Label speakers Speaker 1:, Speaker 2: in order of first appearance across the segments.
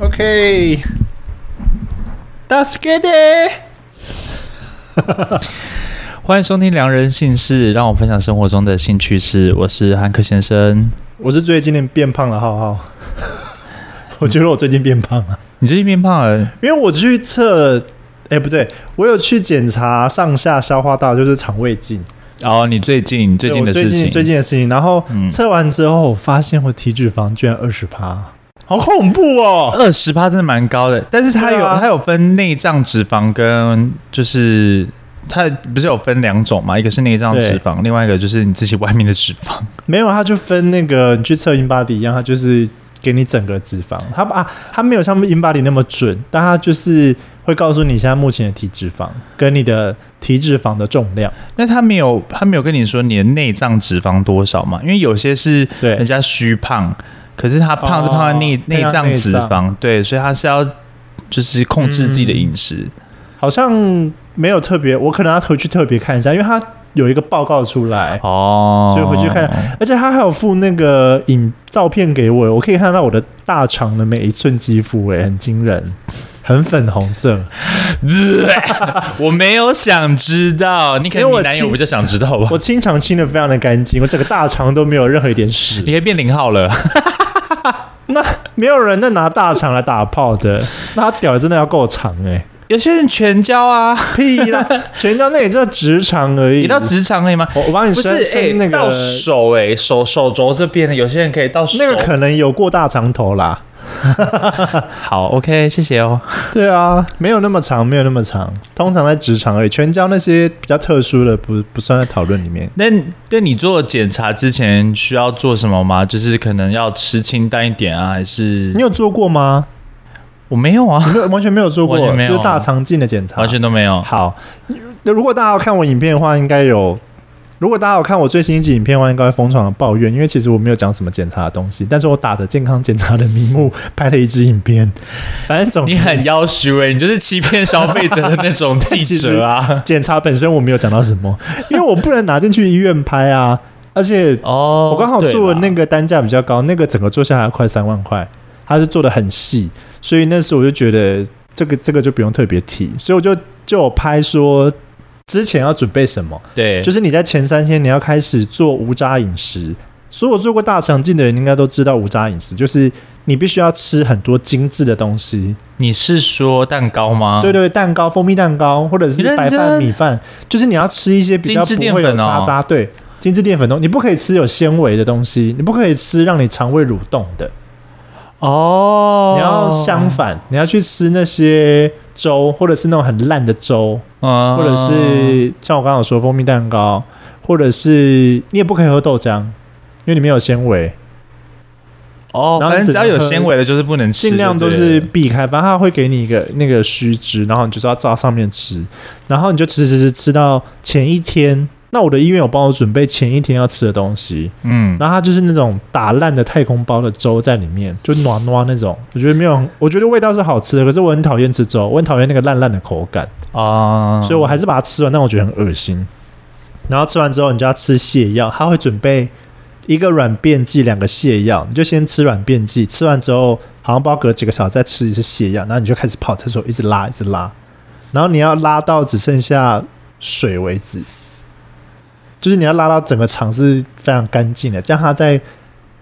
Speaker 1: OK，助けて！
Speaker 2: 欢迎收听《良人姓氏》，让我分享生活中的兴趣事。我是汉克先生。
Speaker 1: 我是最近变胖了，浩浩。 我觉得我最近变胖了，
Speaker 2: 你最近变胖了，
Speaker 1: 因为我去测，哎、不对，我有去检查上下消化道，就是肠胃镜，
Speaker 2: 哦，你最近最近的
Speaker 1: 对
Speaker 2: 事
Speaker 1: 我最
Speaker 2: 情，
Speaker 1: 近最近的事情。然后
Speaker 2: 嗯
Speaker 1: 测完之后，我发现我体脂肪居然二十趴，好恐怖哦！
Speaker 2: 二十趴真的蛮高的，但是它有、
Speaker 1: 对啊
Speaker 2: 它有分内脏脂肪跟就是它不是有分两种嘛，一个是内脏脂肪，另外一个就是你自己外面的脂肪。
Speaker 1: 没有，它就分那个你去测 InBody 一样，它就是给你整个脂肪，它啊，它没有像 InBody 那么准，但它就是会告诉你现在目前的体脂肪跟你的体脂肪的重量。
Speaker 2: 那他没有他没有跟你说你的内脏脂肪多少嘛？因为有些是
Speaker 1: 对
Speaker 2: 人家虚胖，可是他胖是胖在内
Speaker 1: 哦
Speaker 2: 内脏脂肪，对，所以他是要就是控制自己的
Speaker 1: 嗯
Speaker 2: 饮食。
Speaker 1: 好像没有特别，我可能要回去特别看一下，因为它有一个报告出来，
Speaker 2: 哦，
Speaker 1: 所以回去看而且它还有附那个影照片给我，我可以看到我的大肠的每一寸肌肤，哎，很惊人，很粉红色。
Speaker 2: 我没有想知道，你可能
Speaker 1: 因为
Speaker 2: 你
Speaker 1: 我
Speaker 2: 男友
Speaker 1: 亲
Speaker 2: 比较想知道吧
Speaker 1: 我？清肠清的非常的干净，我整个大肠都没有任何一点屎
Speaker 2: 你。可以变零号了，
Speaker 1: 那没有人在拿大肠来打炮的，那他屌真的要够长哎、
Speaker 2: 有些人全交啊，
Speaker 1: 屁 啦，全家那也叫直肠而已。
Speaker 2: 你到职场可以吗？
Speaker 1: 我我帮你
Speaker 2: 不是，
Speaker 1: 伸
Speaker 2: 哎、
Speaker 1: 伸那
Speaker 2: 到
Speaker 1: 个，
Speaker 2: 手哎、手手肘这边的，有些人可以到手。
Speaker 1: 那个可能有过大肠头啦。
Speaker 2: 好，OK，谢谢哦。
Speaker 1: 对啊，没有那么长，没有那么长，通常在直肠而已。全交那些比较特殊的不不算在讨论里面。
Speaker 2: 那那你做检查之前需要做什么吗？就是可能要吃清淡一点啊，还是
Speaker 1: 你有做过吗？
Speaker 2: 我没有啊，
Speaker 1: 你没有完全没有做过，
Speaker 2: 完全没有
Speaker 1: 就是大肠镜的检查。
Speaker 2: 完全都没有。
Speaker 1: 好，那如果大家有看我影片的话，应该有。如果大家有看我最新一集影片的话，应该会疯狂的抱怨，因为其实我没有讲什么检查的东西，但是我打着健康检查的名目拍了一支影片。反正总
Speaker 2: 你很要虚伪，你就是欺骗消费者的那 种记者啊。
Speaker 1: 检查本身我没有讲到什么，因为我不能拿进去医院拍啊，而且
Speaker 2: 哦，
Speaker 1: 我刚好做的那
Speaker 2: 个
Speaker 1: 个单价比较高，那个整个做下来要快三万块，它是做的很细，所以那时候我就觉得这个这个就不用特别提，所以我就就有拍说之前要准备什么。
Speaker 2: 对，
Speaker 1: 就是你在前三天你要开始做无渣饮食。所有做过大肠镜的人应该都知道无渣饮食，就是你必须要吃很多精致的东西，
Speaker 2: 你是说蛋糕吗？
Speaker 1: 对，对，蛋糕、蜂蜜蛋糕或者是
Speaker 2: 啊你认
Speaker 1: 白饭、
Speaker 2: 真
Speaker 1: 米饭，就是你要吃一些比较
Speaker 2: 精致
Speaker 1: 不
Speaker 2: 淀
Speaker 1: 会有
Speaker 2: 粉哦
Speaker 1: 渣渣，对，精致淀粉哦东，你不可以吃有纤维的东西，你不可以吃让你肠胃蠕动的，
Speaker 2: 哦，
Speaker 1: 你要相，反，你要去吃那些粥或者是那种很烂的粥，
Speaker 2: 嗯
Speaker 1: 或者是像我刚刚有说蜂蜜蛋糕，或者是你也不可以喝豆浆，因为里面有纤维，
Speaker 2: 哦，
Speaker 1: 然后
Speaker 2: 反正只要有
Speaker 1: 只能喝
Speaker 2: 纤维的，就是不能吃，
Speaker 1: 尽量都
Speaker 2: 对
Speaker 1: 是
Speaker 2: 不对
Speaker 1: 避开。反正它会给你一个那个须知，然后你就是要照上面吃，然后你就吃吃吃吃到前一天。那我的医院有帮我准备前一天要吃的东西，
Speaker 2: 嗯，
Speaker 1: 然后它就是那种打烂的太空包的粥在里面，就暖暖那种。我觉得没有，我觉得味道是好吃的，可是我很讨厌吃粥，我很讨厌那个烂烂的口感。
Speaker 2: 哦，
Speaker 1: 所以我还是把它吃完，但我觉得很恶心。然后吃完之后，你就要吃泻药，他会准备一个软便剂，两个泻药，你就先吃软便剂，吃完之后好像不知道隔几个小时再吃一次泻药，然后你就开始跑厕所，一直拉，一直拉，然后你要拉到只剩下水为止，就是你要拉到整个肠是非常干净的，这样它在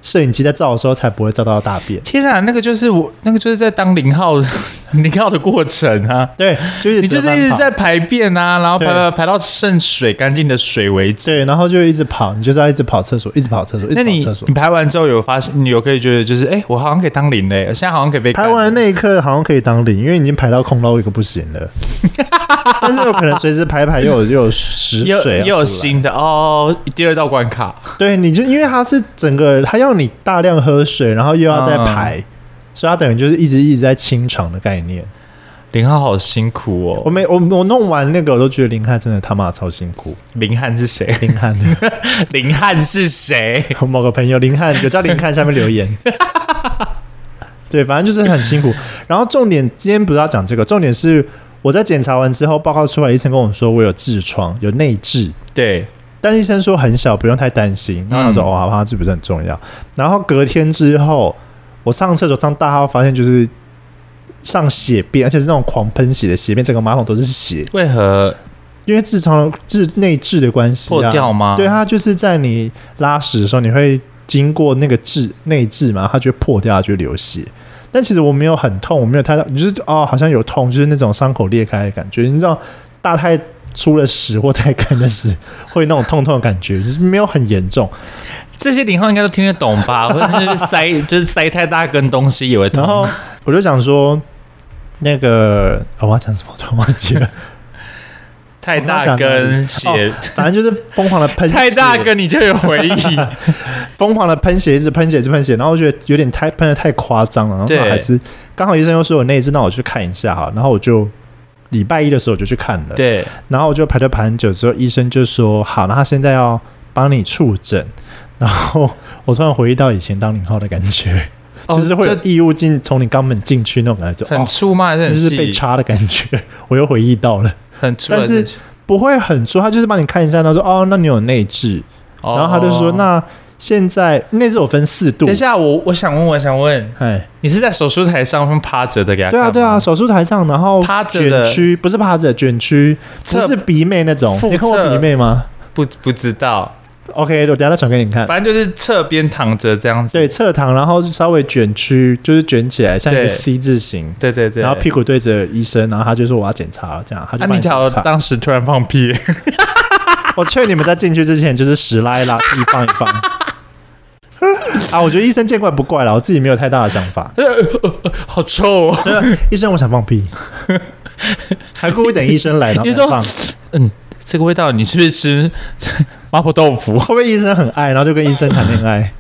Speaker 1: 摄影机在照的时候才不会照到大便。
Speaker 2: 天啊，那个就是我，那个就是在当零号 零号的过程啊。
Speaker 1: 对，就是
Speaker 2: 你就
Speaker 1: 折
Speaker 2: 是
Speaker 1: 返
Speaker 2: 一直
Speaker 1: 跑
Speaker 2: 在排便啊，然后排
Speaker 1: 对
Speaker 2: 排排到剩水干净的水为止。
Speaker 1: 对，然后就一直跑，你就是要一直跑厕所，一直跑厕所，一
Speaker 2: 那
Speaker 1: 直
Speaker 2: 你
Speaker 1: 跑厕所
Speaker 2: 你。排完之后有发现，你有可以觉得就是，哎、我好像可以当零嘞，现在好像可以被
Speaker 1: 排
Speaker 2: 干
Speaker 1: 完那一刻好像可以当零，因为已经排到空到一个不行 了。但是有可能随时排排又有又有食
Speaker 2: 又
Speaker 1: 水要
Speaker 2: 又有
Speaker 1: 出来
Speaker 2: 新的哦，第二道关卡
Speaker 1: 对，你就因为它是整个，它要你大量喝水，然后又要再
Speaker 2: 嗯
Speaker 1: 排，所以它等于就是一直一直在清肠的概念。
Speaker 2: 零号好辛苦
Speaker 1: 我
Speaker 2: 哦。
Speaker 1: 没我我弄完那个，我都觉得林汉真的他妈超辛苦。
Speaker 2: 林汉是谁？
Speaker 1: 林汉，
Speaker 2: 林汉是谁？
Speaker 1: 我某个朋友林汉有叫林汉下面留 言。对，反正就是很辛苦。然后重点今天不是要讲这个，重点是我在检查完之后报告出来，医生跟我说我有痔疮，有内痔，
Speaker 2: 对，
Speaker 1: 但医生说很小，不用太担心。然后他说、
Speaker 2: 嗯
Speaker 1: 哦，好吧，这不是很重要。然后隔天之后，我上厕所上大号发现就是上血便，而且是那种狂喷血的血便，整个马桶都是血，
Speaker 2: 为何
Speaker 1: 因为痔疮痔内痔的关系、啊、
Speaker 2: 破掉吗？
Speaker 1: 对，它就是在你拉屎的时候，你会经过那个痔内痔嘛，它就会破掉，它就会流血。但其实我没有很痛，我没有太大，就是哦，好像有痛，就是那种伤口裂开的感觉。你知道大太出了屎或太干的屎，会那种痛痛的感觉，就是没有很严 重。
Speaker 2: 这些零号应该都听得懂 吧？或者就是塞，就是塞太大根东西也会
Speaker 1: 然
Speaker 2: 痛
Speaker 1: 后。我就想说，那个、哦我要讲什么， 我突然忘记 了。
Speaker 2: 太大根血，
Speaker 1: 反正就是疯狂的喷血，
Speaker 2: 太大根你就有回忆。
Speaker 1: 疯狂的喷血，一直喷血，一直喷血，然后我觉得有点太喷的太夸张了，然
Speaker 2: 对
Speaker 1: 后还是刚好医生又说我那一只，那我去看一下哈，然后我就礼拜一的时候我就去看了，
Speaker 2: 对，
Speaker 1: 然后我就排队排很久之后，医生就说好，那他现在要帮你触诊，然后我突然回忆到以前当零号的感觉，
Speaker 2: 哦
Speaker 1: 就是会有
Speaker 2: 这
Speaker 1: 异物进从你肛门进去那种感觉，就
Speaker 2: 很
Speaker 1: 哦
Speaker 2: 粗吗？还是
Speaker 1: 就
Speaker 2: 很
Speaker 1: 是被
Speaker 2: 细？
Speaker 1: 插的感觉，我又回忆到了，
Speaker 2: 很粗，
Speaker 1: 但是不会很粗，他就是帮你看一下，他说哦，那你有内痔，
Speaker 2: 哦
Speaker 1: 然后他就说：“那现在内痔有分四度
Speaker 2: 等一，下，我我想问，我想问，
Speaker 1: 哎，
Speaker 2: 你是在手术台上面趴着的给他
Speaker 1: 对
Speaker 2: 看
Speaker 1: 啊
Speaker 2: 吗
Speaker 1: 对啊，，手术台上，然后
Speaker 2: 趴着
Speaker 1: 卷
Speaker 2: 的
Speaker 1: 曲不是趴着卷曲，不
Speaker 2: 侧
Speaker 1: 是鼻妹那种，
Speaker 2: 腹
Speaker 1: 你看过
Speaker 2: 侧
Speaker 1: 鼻妹吗
Speaker 2: 不不知道，
Speaker 1: ？OK，我等一下再传给你看。
Speaker 2: 反正就是侧边躺着这样子。
Speaker 1: 对，侧躺，然后稍微卷曲，就是卷起来，像一个
Speaker 2: 对
Speaker 1: C 字形，
Speaker 2: 对对对，
Speaker 1: 然后屁股对着医生，然后他就说我要检查了，这样他就
Speaker 2: 啊，
Speaker 1: 帮
Speaker 2: 你
Speaker 1: 你检
Speaker 2: 假如
Speaker 1: 查。
Speaker 2: 当时突然放屁，
Speaker 1: 我劝你们在进去之前就是屎拉一 拉，屁放一放。啊，我觉得医生见怪不怪了，我自己没有太大的想法。
Speaker 2: 好臭哦！
Speaker 1: 医生，我想放屁， 还故意等医生来然后
Speaker 2: 你
Speaker 1: 才
Speaker 2: 说
Speaker 1: 放。
Speaker 2: 这个味道，你是不是吃麻婆豆 腐？
Speaker 1: 会不会医生很爱，然后就跟医生谈恋爱？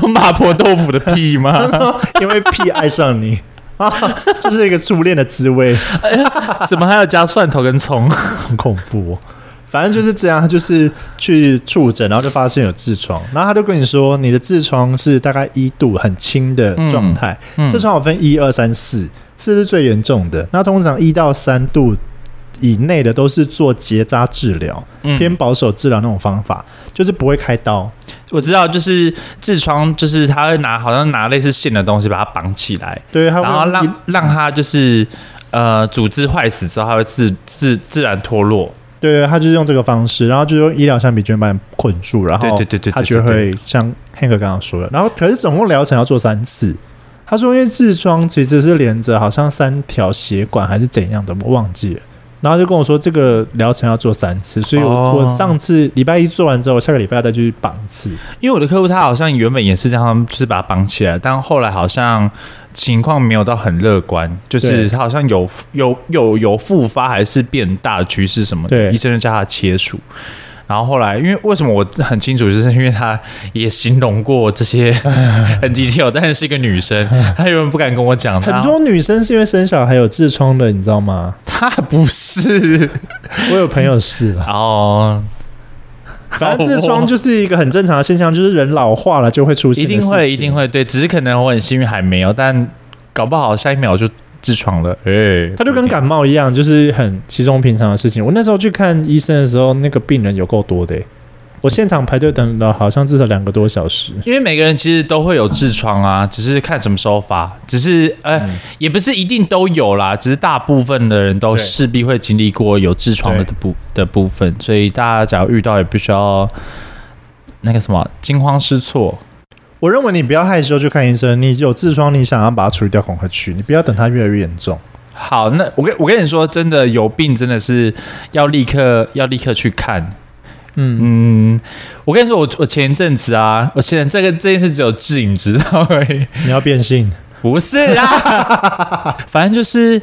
Speaker 2: 有麻婆豆腐的屁吗？
Speaker 1: 他说因为屁爱上你 啊，这是一个初恋的滋味，
Speaker 2: 怎么还要加蒜头跟葱？
Speaker 1: 很恐怖、哦。反正就是这样，他就是去触诊，然后就发现有痔疮，然后他就跟你说，你的痔疮是大概一度很轻的状态，
Speaker 2: 嗯
Speaker 1: 痔疮有分一二三四，四是最严重的，那通常一到三度以内的都是做结扎治疗，
Speaker 2: 嗯
Speaker 1: 偏保守治疗那种方法，就是不会开刀，
Speaker 2: 我知道，就是痔疮，就是他会拿好像拿类似线的东西把它绑起来，
Speaker 1: 对，他
Speaker 2: 然后
Speaker 1: 会一
Speaker 2: 让让它就是呃组织坏死之后，它会自自自然脱落。
Speaker 1: 对对，他就是用这个方式，然后就用医疗橡皮筋把你捆住，然后
Speaker 2: 对对对对对
Speaker 1: 他就会像 Hank 刚刚说的，然后可是总共疗程要做三次。他说因为痔疮其实是连着好像三条血管还是怎样的，我忘记了。然后就跟我说这个疗程要做三次，所以我、
Speaker 2: 哦
Speaker 1: 我上次礼拜一做完之后，我下个礼拜要再去绑一次。
Speaker 2: 因为我的客户他好像原本也是这样，就是把它绑起来，但后来好像情况没有到很乐观，就
Speaker 1: 对
Speaker 2: 是他好像有有有有复发还是变大的趋势什么
Speaker 1: 对
Speaker 2: 的，医生就叫他切除。然后后来，因为为什么我很清楚，就是因为她也形容过这 些很 detail，但是是一个女生，她原本不敢跟我讲，
Speaker 1: 很
Speaker 2: 她
Speaker 1: 多女生是因为生小孩有痔疮的，你知道 吗？
Speaker 2: 她不 是
Speaker 1: 我有朋友是了。
Speaker 2: 哦，
Speaker 1: 反正痔疮就是一个很正常的现象，就是人老化了就会出现
Speaker 2: 一
Speaker 1: 的
Speaker 2: 定
Speaker 1: 事
Speaker 2: 会，
Speaker 1: 情
Speaker 2: 一定会，对，只是可能我很幸运还没有，但搞不好下一秒就痔疮了，哎、
Speaker 1: 它就跟
Speaker 2: 不一定
Speaker 1: 感冒一样，就是很稀松平常的事情。我那时候去看医生的时候，那个病人有够多的欸、我现场排队等了好像至少两个多小时。
Speaker 2: 因为每个人其实都会有痔疮啊，只是看什么时候发，只是呃，
Speaker 1: 嗯
Speaker 2: 也不是一定都有啦，只是大部分的人都
Speaker 1: 对
Speaker 2: 势必会经历过有痔疮的
Speaker 1: 对
Speaker 2: 部的部分，所以大家假如遇到也必须要那个什么惊慌失措。
Speaker 1: 我认为你不要害羞去看医生，你有痔疮，你想要把它处理掉，赶快去，你不要等它越来越严重。
Speaker 2: 好，那我跟我跟你说，真的有病真的是要立刻要立刻去看，
Speaker 1: 嗯，
Speaker 2: 嗯，我跟你说，我我前一阵子啊，我现在这个这件事只有志颖知道而已，
Speaker 1: 你要变性，
Speaker 2: 不是啦。反正就是，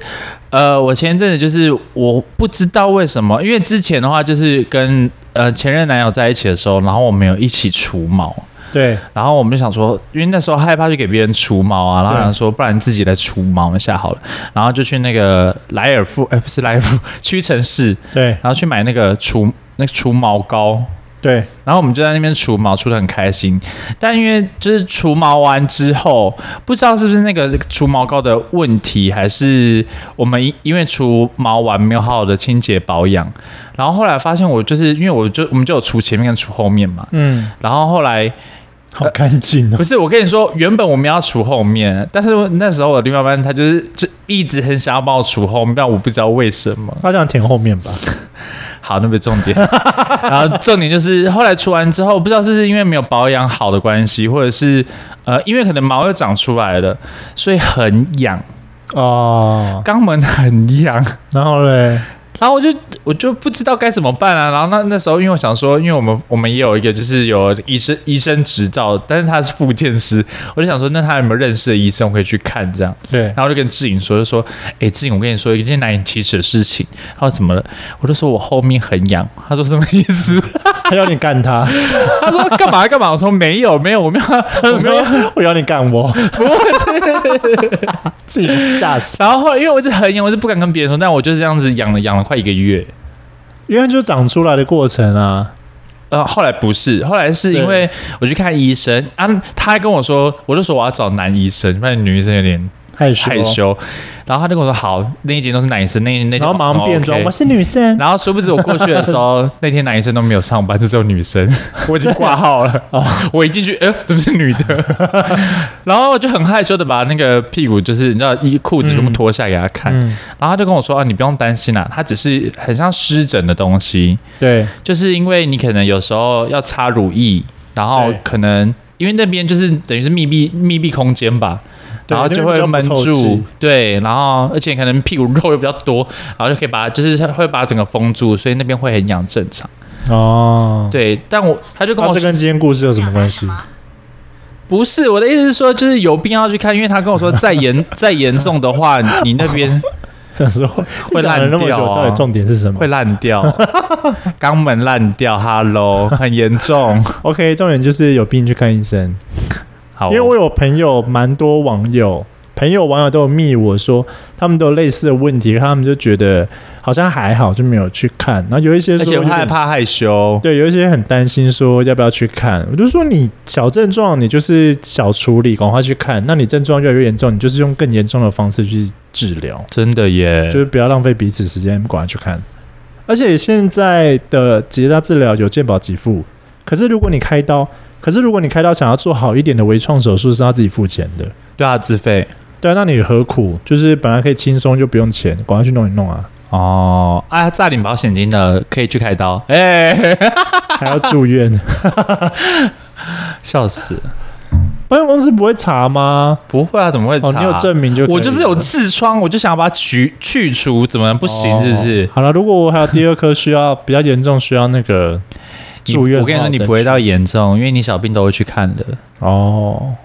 Speaker 2: 呃，我前一阵子就是我不知道为什么，因为之前的话就是跟呃前任男友在一起的时候，然后我们有一起除毛，
Speaker 1: 对，
Speaker 2: 然后我们就想说，因为那时候害怕去给别人除毛啊，然后
Speaker 1: 对
Speaker 2: 想说，不然自己来除毛一下好了，然后就去那个莱尔富，哎、不是莱尔富，屈臣氏，
Speaker 1: 对，
Speaker 2: 然后去买那个除那个除毛膏，
Speaker 1: 对，
Speaker 2: 然后我们就在那边除毛，除的很开心。但因为就是除毛完之后，不知道是不是那个除毛膏的问题，还是我们因因为除毛完没有好好的清洁保养，然后后来发现我就是因为我就我们就有除前面跟除后面嘛，
Speaker 1: 嗯，
Speaker 2: 然后后来
Speaker 1: 好干净哦
Speaker 2: 不！是，我跟你说，原本我们要除后面，但是那时候我的另外一半他就是就一直很想要帮我除后面，但我不知道为什么。
Speaker 1: 他想舔后面吧？
Speaker 2: 好，那不是重 点。然后重点就是后来除完之后，不知道是不是因为没有保养好的关系，或者是呃，因为可能毛又长出来了，所以很痒，
Speaker 1: 哦，
Speaker 2: 肛门很痒。
Speaker 1: 然后嘞，
Speaker 2: 然后我就我就不知道该怎么办啊。然后那那时候，因为我想说，因为我们我们也有一个就是有医生医生执照，但是他是复健师，我就想说，那他有没有认识的医生我可以去看这样？
Speaker 1: 对
Speaker 2: 然，后我就跟志颖说，就说，哎，志颖，我跟你说一件难以启齿的事情。他说怎么了？我就说我后面很痒。他说什么意思？
Speaker 1: 他要你干他，
Speaker 2: 他说干嘛干嘛？我说没有没有，我没有，
Speaker 1: 他说我要你干我，
Speaker 2: 不是。
Speaker 1: 自己吓死。
Speaker 2: 然后后来因为我一直很痒，我是不敢跟别人说，但我就是这样子养了养了快一个月。
Speaker 1: 因为就是长出来的过程啊，
Speaker 2: 呃，后来不是，后来是因为我去看医生啊，他还跟我说，我就说我要找男医生，不然女医生有点
Speaker 1: 害羞，
Speaker 2: 害。羞。然后他就跟我说好，那一间都是男医生，那一间那一间
Speaker 1: 哦然后马上变装，
Speaker 2: 哦
Speaker 1: 我
Speaker 2: ，OK
Speaker 1: 是女生
Speaker 2: 然后殊不知我过去的时候，那天男医生都没有上班，就只有女生， 我已经挂号了。我一进去，哎、怎么是女的？ 然后就很害羞的把那个屁股，就是你知道衣裤子全部脱下给他看，
Speaker 1: 嗯，
Speaker 2: 然后他就跟我说啊，你不用担心啦、它只是很像湿疹的东西，
Speaker 1: 对，
Speaker 2: 就是因为你可能有时候要擦乳液，然后
Speaker 1: 对
Speaker 2: 可能因为那边就是等于是密闭密闭空间吧，
Speaker 1: 对
Speaker 2: 然后就
Speaker 1: 因为比
Speaker 2: 会
Speaker 1: 较不
Speaker 2: 闷
Speaker 1: 透
Speaker 2: 住
Speaker 1: 气，
Speaker 2: 对，然后而且可能屁股肉又比较多，然后就可以把就是会把整个封住，所以那边会很痒，正常。
Speaker 1: 哦。
Speaker 2: 对，但我他就跟
Speaker 1: 那
Speaker 2: 我
Speaker 1: 啊这
Speaker 2: 说，
Speaker 1: 跟今天故事有什么关系？
Speaker 2: 不是我的意思是说，就是有病要去看，因为他跟我说再严再严重的话，你那边
Speaker 1: 他说
Speaker 2: 会
Speaker 1: 讲了那么
Speaker 2: 烂
Speaker 1: 久，
Speaker 2: 掉啊
Speaker 1: 到底重点是什么
Speaker 2: 会烂 掉，肛门烂掉哈喽，很严重。
Speaker 1: ？OK，重点就是有病去看医生。
Speaker 2: 好，
Speaker 1: 因为我有朋友，蛮多网友，朋友网友都有密我说，他们都有类似的问题，他们就觉得好像还好，就没有去看。然后有一些
Speaker 2: 而
Speaker 1: 说
Speaker 2: 且
Speaker 1: 有
Speaker 2: 我害
Speaker 1: 点，
Speaker 2: 怕害羞。
Speaker 1: 对，有一些很担心说要不要去看。我就说你小症状，你就是小处理，赶快去看。那你症状越来越严重，你就是用更严重的方式去治疗，
Speaker 2: 真的耶，
Speaker 1: 就是不要浪费彼此时间，赶快去看。而且现在的结扎治疗有健保给付，可是如果你开刀，可是如果你开刀想要做好一点的微创手术，是要自己付钱的。
Speaker 2: 对啊，自费
Speaker 1: 对啊，那你何苦？就是本来可以轻松就不用钱，赶快去弄一弄啊，
Speaker 2: 哦。啊，诈领保险金的可以去开刀，哎、
Speaker 1: 还要住院？
Speaker 2: 笑死！
Speaker 1: 保险公司不会查吗？
Speaker 2: 不会啊，怎么会查？
Speaker 1: 哦，你有证明就可以
Speaker 2: 我就是有
Speaker 1: 了
Speaker 2: 痔疮，我就想要把它去去除，怎么不行？是不是
Speaker 1: 哦？好了，如果我还有第二颗需要比较严重，需要那个
Speaker 2: 你
Speaker 1: 住院
Speaker 2: 我跟你
Speaker 1: 的话
Speaker 2: 说，你
Speaker 1: 再
Speaker 2: 不会
Speaker 1: 去
Speaker 2: 到严重，因为你小病都会去看的，
Speaker 1: 哦，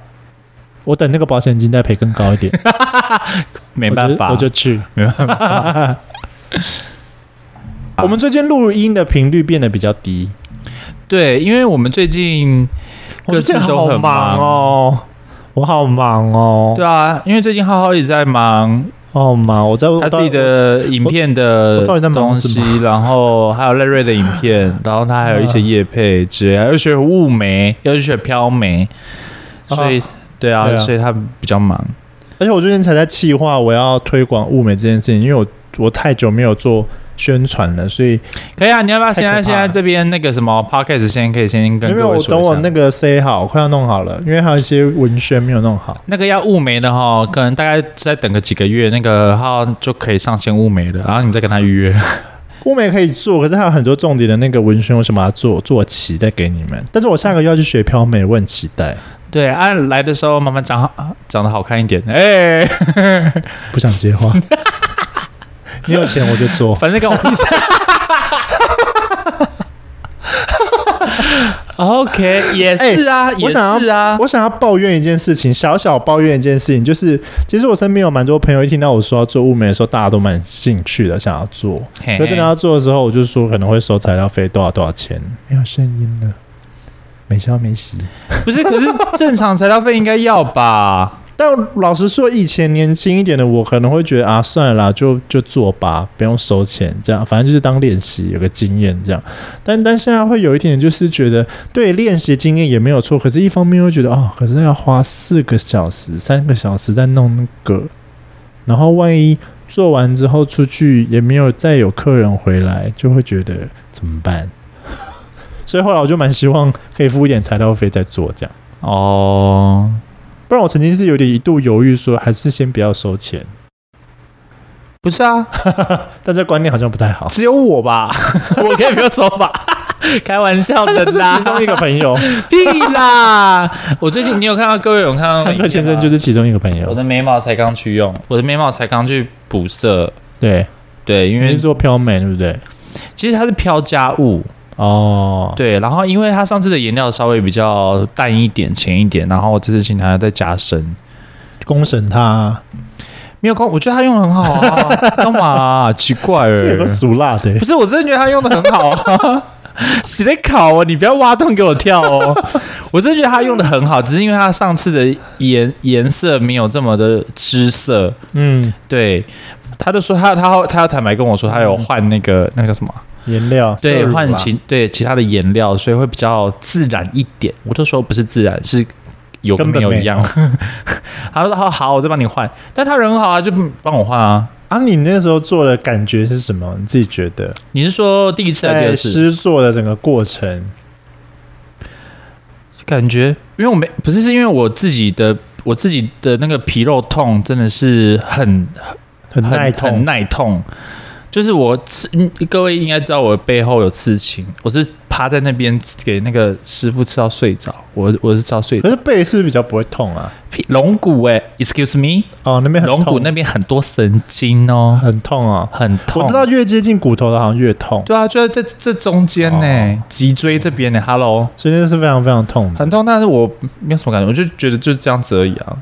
Speaker 1: 我等那个保险金再赔更高一点，
Speaker 2: 没办
Speaker 1: 我
Speaker 2: 法，
Speaker 1: 就我就去。
Speaker 2: 没办法。
Speaker 1: 我们最近录音的频率变得比较低，
Speaker 2: 对，因为我们最近
Speaker 1: 我
Speaker 2: 各
Speaker 1: 最
Speaker 2: 自
Speaker 1: 近
Speaker 2: 都
Speaker 1: 好忙
Speaker 2: 很忙。
Speaker 1: 哦，我好忙哦，
Speaker 2: 对啊，因为最近浩浩一直在忙
Speaker 1: 我好忙，我在
Speaker 2: 他自己的影片
Speaker 1: 我
Speaker 2: 的
Speaker 1: 我到底在忙
Speaker 2: 东
Speaker 1: 什
Speaker 2: 西，然后还有赖瑞的影 片，然后他还有一
Speaker 1: 嗯
Speaker 2: 些叶配之类，要学雾眉，要去学飘眉，所以、对啊，
Speaker 1: 对啊
Speaker 2: 所以他比较忙。
Speaker 1: 而且我最近才在企划我要推广物美这件事情，因为我我太久没有做宣传了，所以
Speaker 2: 可以啊，你要不要现
Speaker 1: 太
Speaker 2: 在
Speaker 1: 可怕
Speaker 2: 现
Speaker 1: 了
Speaker 2: 在这边那个什么 podcast 先可以先跟
Speaker 1: 因为
Speaker 2: 各位
Speaker 1: 我
Speaker 2: 说一下
Speaker 1: 等我那个 say 好，快要弄好了，因为还有一些文宣没有弄好。
Speaker 2: 那个要雾眉的哈，可能大概再等个几个月，那个号就可以上线雾眉了，然后你再跟他 预约。
Speaker 1: 物美可以做，可是还有很多重点的那个文宣，我想把它做做齐再给你们。但是我下个月要去学飘美，我很期待，
Speaker 2: 对，啊，来的时候慢慢长好，长得好看一点。哎、
Speaker 1: 不想接话。你有钱我就做，
Speaker 2: 反正跟我屁 事。OK，也哦是啊，也
Speaker 1: 哎我想
Speaker 2: 是啊，
Speaker 1: 我想要抱怨一件事情，小小抱怨一件事情，就是其实我身边有蛮多朋友，一听到我说要做物美的时候，大家都蛮兴趣的，想要做。
Speaker 2: 嘿
Speaker 1: 可真的要做的时候，我就说可能会收材料费多少多少钱，没有声音了，没消没息。
Speaker 2: 不是，可是正常材料费应该 要吧？
Speaker 1: 但老实说，以前年轻一点的我可能会觉得啊，算了啦，就就做吧，不用收钱，这样反正就是当练习，有个经验这样。但但现在会有一点，就是觉得对练习经验也没有错，可是一方面又觉得哦，可是要花四个小时、三个小时在弄那个，然后万一做完之后出去也没有再有客人回来，就会觉得怎么办？所以后来我就蛮希望可以付一点材料费再做这样。
Speaker 2: 哦，
Speaker 1: 不然我曾经是有点一度犹豫说，还是先不要收钱，
Speaker 2: 不是啊，
Speaker 1: 但这观念好像不太好。
Speaker 2: 只有 我吧，我可以不用说吧，开玩笑的啊
Speaker 1: 这是
Speaker 2: 啦
Speaker 1: 其，中一个朋 友，
Speaker 2: 屁啦！我最近你有看到各位有看 到
Speaker 1: 那
Speaker 2: 影片吗
Speaker 1: 个先生就是其中一个朋
Speaker 2: 我
Speaker 1: 友。
Speaker 2: 的眉毛才刚去用，我的眉毛才刚去补色，
Speaker 1: 对，
Speaker 2: 对，因
Speaker 1: 因为
Speaker 2: 为
Speaker 1: 是做飘美，对不对？
Speaker 2: 其实它是飘加物，
Speaker 1: 哦，
Speaker 2: 对，然后因为它上次的颜料稍微比较淡一点、浅一点，然后我这次请它再加深。
Speaker 1: 公审他，
Speaker 2: 没有空，我觉得他用的很好 啊，干嘛啊、奇怪
Speaker 1: 这有
Speaker 2: 了
Speaker 1: 个，俗辣的、
Speaker 2: 不是，我真的觉得他用的很好 啊。洗的烤哦，你不要挖洞给我跳 哦！我真的觉得他用的很好，只是因为他上次的颜颜色没有这么的吃色，
Speaker 1: 嗯，
Speaker 2: 对，他就说他他他要坦白跟我说，他有换那个那个叫什么，啊
Speaker 1: 颜料
Speaker 2: 对，换
Speaker 1: 情，
Speaker 2: 其对其他的颜料，所以会比较自然一点。我就说不是自然，是有跟
Speaker 1: 根本
Speaker 2: 没有
Speaker 1: 没
Speaker 2: 一样。 他说好好，我再帮你换，但他人很好啊，就帮我换啊。
Speaker 1: 啊，你那时候做的感觉是什么？你自己觉得
Speaker 2: 你是说第一次还是第
Speaker 1: 在
Speaker 2: 二次？
Speaker 1: 诗作的整个过程，
Speaker 2: 感觉，因为我没不是是因为我自己的我自己的那个皮肉痛真的是很
Speaker 1: 很
Speaker 2: 很
Speaker 1: 耐
Speaker 2: 很
Speaker 1: 痛，
Speaker 2: 耐痛。就是我刺，嗯各位应该知道我背后有刺青，我是趴在那边给那个师傅吃到睡着，我我是吃到睡
Speaker 1: 可
Speaker 2: 着。
Speaker 1: 是背是不是比较不会痛啊？
Speaker 2: 屁龙骨哎、e x c u s e me，
Speaker 1: 哦，那边很
Speaker 2: 龙骨
Speaker 1: 痛，
Speaker 2: 那边很多神经哦，
Speaker 1: 很痛哦。
Speaker 2: 很痛。
Speaker 1: 我知道，越接近骨头的好像越痛，
Speaker 2: 对啊，就是这这中间呢、
Speaker 1: 哦
Speaker 2: 脊椎这边呢、h e l l o
Speaker 1: 所以那是非常非常痛的。
Speaker 2: 很痛，但是我没有什么感觉，我就觉得就这样子而已啊，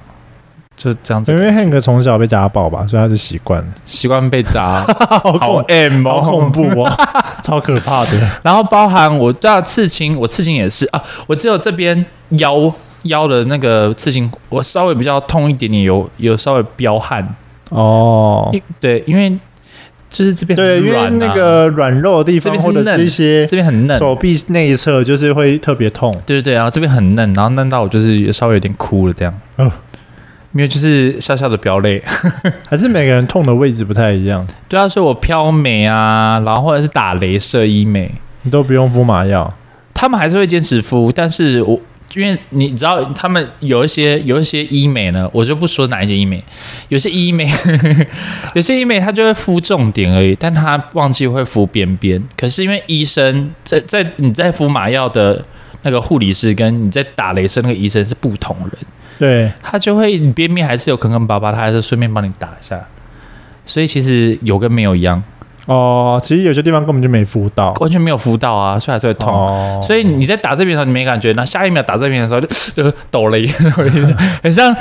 Speaker 2: 就这样子
Speaker 1: 因，为 Hank 从小被家暴吧，所以他就习惯了。
Speaker 2: 习惯被打，
Speaker 1: 好
Speaker 2: 好
Speaker 1: 恐
Speaker 2: M
Speaker 1: 好
Speaker 2: 哦，
Speaker 1: 恐怖哦，超可怕的。
Speaker 2: 然后包含我对啊刺青，我刺青也是啊，我只有这边腰腰的那个刺青，我稍微比较痛一点点，有有稍微彪悍，
Speaker 1: 哦，
Speaker 2: 因对，因为就是这边
Speaker 1: 对，
Speaker 2: 很
Speaker 1: 因为
Speaker 2: 软啊
Speaker 1: 那个软肉的地方
Speaker 2: 这边是
Speaker 1: 或者是一些
Speaker 2: 这边很嫩，
Speaker 1: 手臂内侧，就是会特别痛。
Speaker 2: 对对对，然后这边很嫩，然后嫩到我就是稍微有点哭了这样，
Speaker 1: 哦
Speaker 2: 因为就是笑笑的飙泪，
Speaker 1: 还是每个人痛的位置不太一样，
Speaker 2: 对啊，所以我飘美啊，然后或者是打镭射医美，
Speaker 1: 你都不用敷麻药。
Speaker 2: 他们还是会坚持敷，但是我因为你知道，他们有一些有一些医美呢，我就不说哪一些医美，有些医美， 有些医美他就会敷重点而已，但他忘记会敷边边。可是因为医生在在你在敷麻药的那个护理师跟你在打雷射那个医生是不同人，
Speaker 1: 对，
Speaker 2: 他就会你边边还是有坑坑巴巴，他还是顺便帮你打一下。所以其实有跟没有一样，
Speaker 1: 哦，其实有些地方根本就没敷到，
Speaker 2: 完全没有敷到啊，所以还是会痛。
Speaker 1: 哦
Speaker 2: 所以你在打这边的时候你没感觉，然后下一秒打这边的时候 就呃抖了一下，抖了一下很像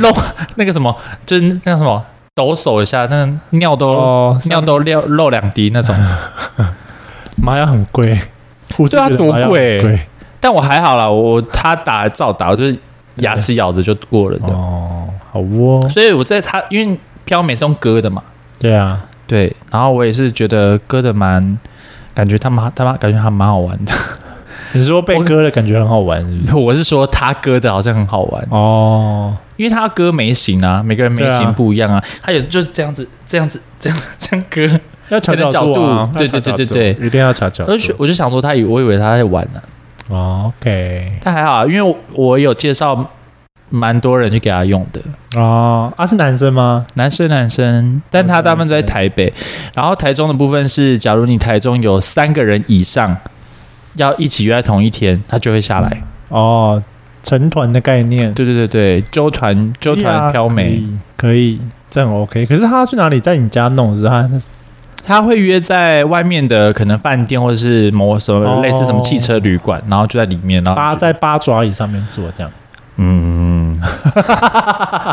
Speaker 2: 漏那个什么，就是那个什么抖手一下，那个尿都、
Speaker 1: 哦，
Speaker 2: 尿都漏漏两滴 那种。
Speaker 1: 麻药很贵，护士
Speaker 2: 对啊
Speaker 1: 觉得麻药很
Speaker 2: 多贵
Speaker 1: 贵
Speaker 2: 但我还好啦，我他打照打，我就是牙齿咬着就过了这样。
Speaker 1: 哦，好哦，
Speaker 2: 所以我在他因为飘美是用割的嘛，
Speaker 1: 对啊，
Speaker 2: 对，然后我也是觉得割的蛮。感觉他妈他妈感觉还蛮好玩的，
Speaker 1: 你说被割的感觉很好玩是不是？
Speaker 2: 我是说他割的好像很好玩，
Speaker 1: 哦，
Speaker 2: 因为他割眉形啊，每个人眉
Speaker 1: 对啊
Speaker 2: 形不一样啊，他有就是这样子、这样子、这样、这样割。
Speaker 1: 要调角啊
Speaker 2: 可能角度对
Speaker 1: 要调角度
Speaker 2: 对对对
Speaker 1: 一定要调角
Speaker 2: 我
Speaker 1: 度
Speaker 2: 就。觉我就想说他以，我以为他在玩呢、
Speaker 1: 哦 OK，
Speaker 2: 但还好啊，因为我我有介绍蛮多人去给他用的，
Speaker 1: 哦，啊是男生吗？
Speaker 2: 男生男生，但他大部分都在台北，然后台中的部分是，假如你台中有三个人以上要一起约在同一天，他就会下来。
Speaker 1: 哦，成团的概念，
Speaker 2: 对对对对，纠团纠
Speaker 1: 对啊
Speaker 2: 团飘
Speaker 1: 可
Speaker 2: 美，
Speaker 1: 以可以，这很 OK。可是他去哪里？在你家弄是不是 他
Speaker 2: 他会约在外面的可能饭店或者是某什么
Speaker 1: 哦
Speaker 2: 类似什么汽车旅馆，然后就在里面，然后
Speaker 1: 八在八爪椅上面坐这样。
Speaker 2: 嗯，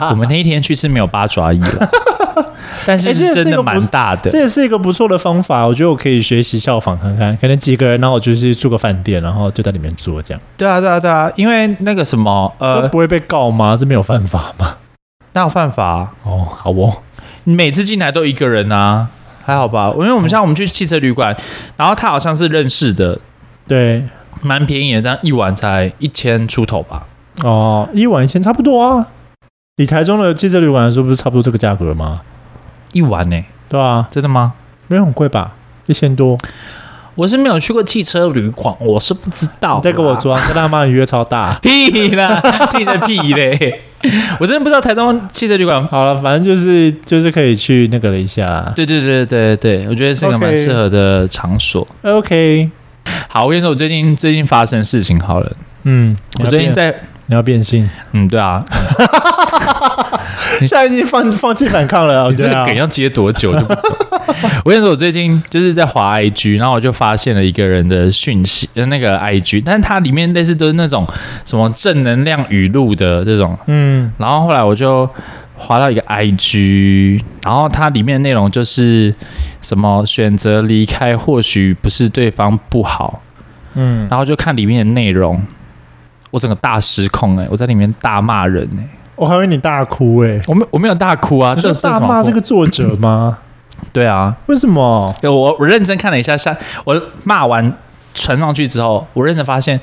Speaker 2: 我们那一天去是没有八爪椅了， 但是
Speaker 1: 哎这
Speaker 2: 是
Speaker 1: 个是
Speaker 2: 真
Speaker 1: 一
Speaker 2: 的
Speaker 1: 个不
Speaker 2: 蛮大的。
Speaker 1: 哎这也是一个不错的方法，我觉得我可以学习效仿看看。可能几个人，然后我就是住个饭店，然后就在里面做这样，
Speaker 2: 对啊，对啊，对啊，因为那个什么，
Speaker 1: 这
Speaker 2: 呃，
Speaker 1: 不会被告吗？这没有犯法吗？
Speaker 2: 那有犯法、
Speaker 1: 哦，好哦，
Speaker 2: 你每次进来都一个人啊，还好吧？因为我们像我们去汽车旅馆，然后他好像是认识的，
Speaker 1: 对，
Speaker 2: 蛮便宜的，但一晚才一千出头吧。
Speaker 1: 哦，一晚一千差不多啊。以台中的汽车旅馆来说，不是差不多这个价格吗？
Speaker 2: 一晚呢、欸
Speaker 1: 对啊，
Speaker 2: 真的吗？
Speaker 1: 没有很贵吧？一千多，
Speaker 2: 我是没有去过汽车旅馆，我是不知道。
Speaker 1: 你再给我装，跟他妈你约超大。
Speaker 2: 屁啦， 听着屁嘞！我真的不知道台中汽车旅馆。
Speaker 1: 好了，反正就是就是可以去那个了一下。
Speaker 2: 对对对对对，我觉得是一个蛮
Speaker 1: OK
Speaker 2: 适合的场所。
Speaker 1: OK，
Speaker 2: 好，我跟你说，我最近最近发生的事情好了，
Speaker 1: 嗯，
Speaker 2: 我最近
Speaker 1: 你要变
Speaker 2: 在，
Speaker 1: 你要变性，
Speaker 2: 嗯，对 啊，
Speaker 1: 现在已经放放弃反抗了。
Speaker 2: 你这
Speaker 1: 对
Speaker 2: 个
Speaker 1: 啊
Speaker 2: 梗，要接多久就不懂。 我跟你说，我最近就是在滑 IG，然后我就发现了一个人的讯息，呃，那个 IG，但是它里面类似都是那种什么正能量语录的这种，
Speaker 1: 嗯，
Speaker 2: 然后后来我就滑到一个 IG，然后它里面内容就是什么选择离开，或许不是对方不好，
Speaker 1: 嗯，
Speaker 2: 然后就看里面的内容，我整个大失控哎、我在里面大骂人哎、
Speaker 1: 我还以为你大哭诶、
Speaker 2: 我没我没有大哭啊，
Speaker 1: 你
Speaker 2: 这
Speaker 1: 说
Speaker 2: 是什
Speaker 1: 大
Speaker 2: 么
Speaker 1: 骂
Speaker 2: 哭
Speaker 1: 这个作者 吗？
Speaker 2: 对啊，
Speaker 1: 为什么？
Speaker 2: 对我我认真看了一下下，我骂完传上去之后，我认真发现。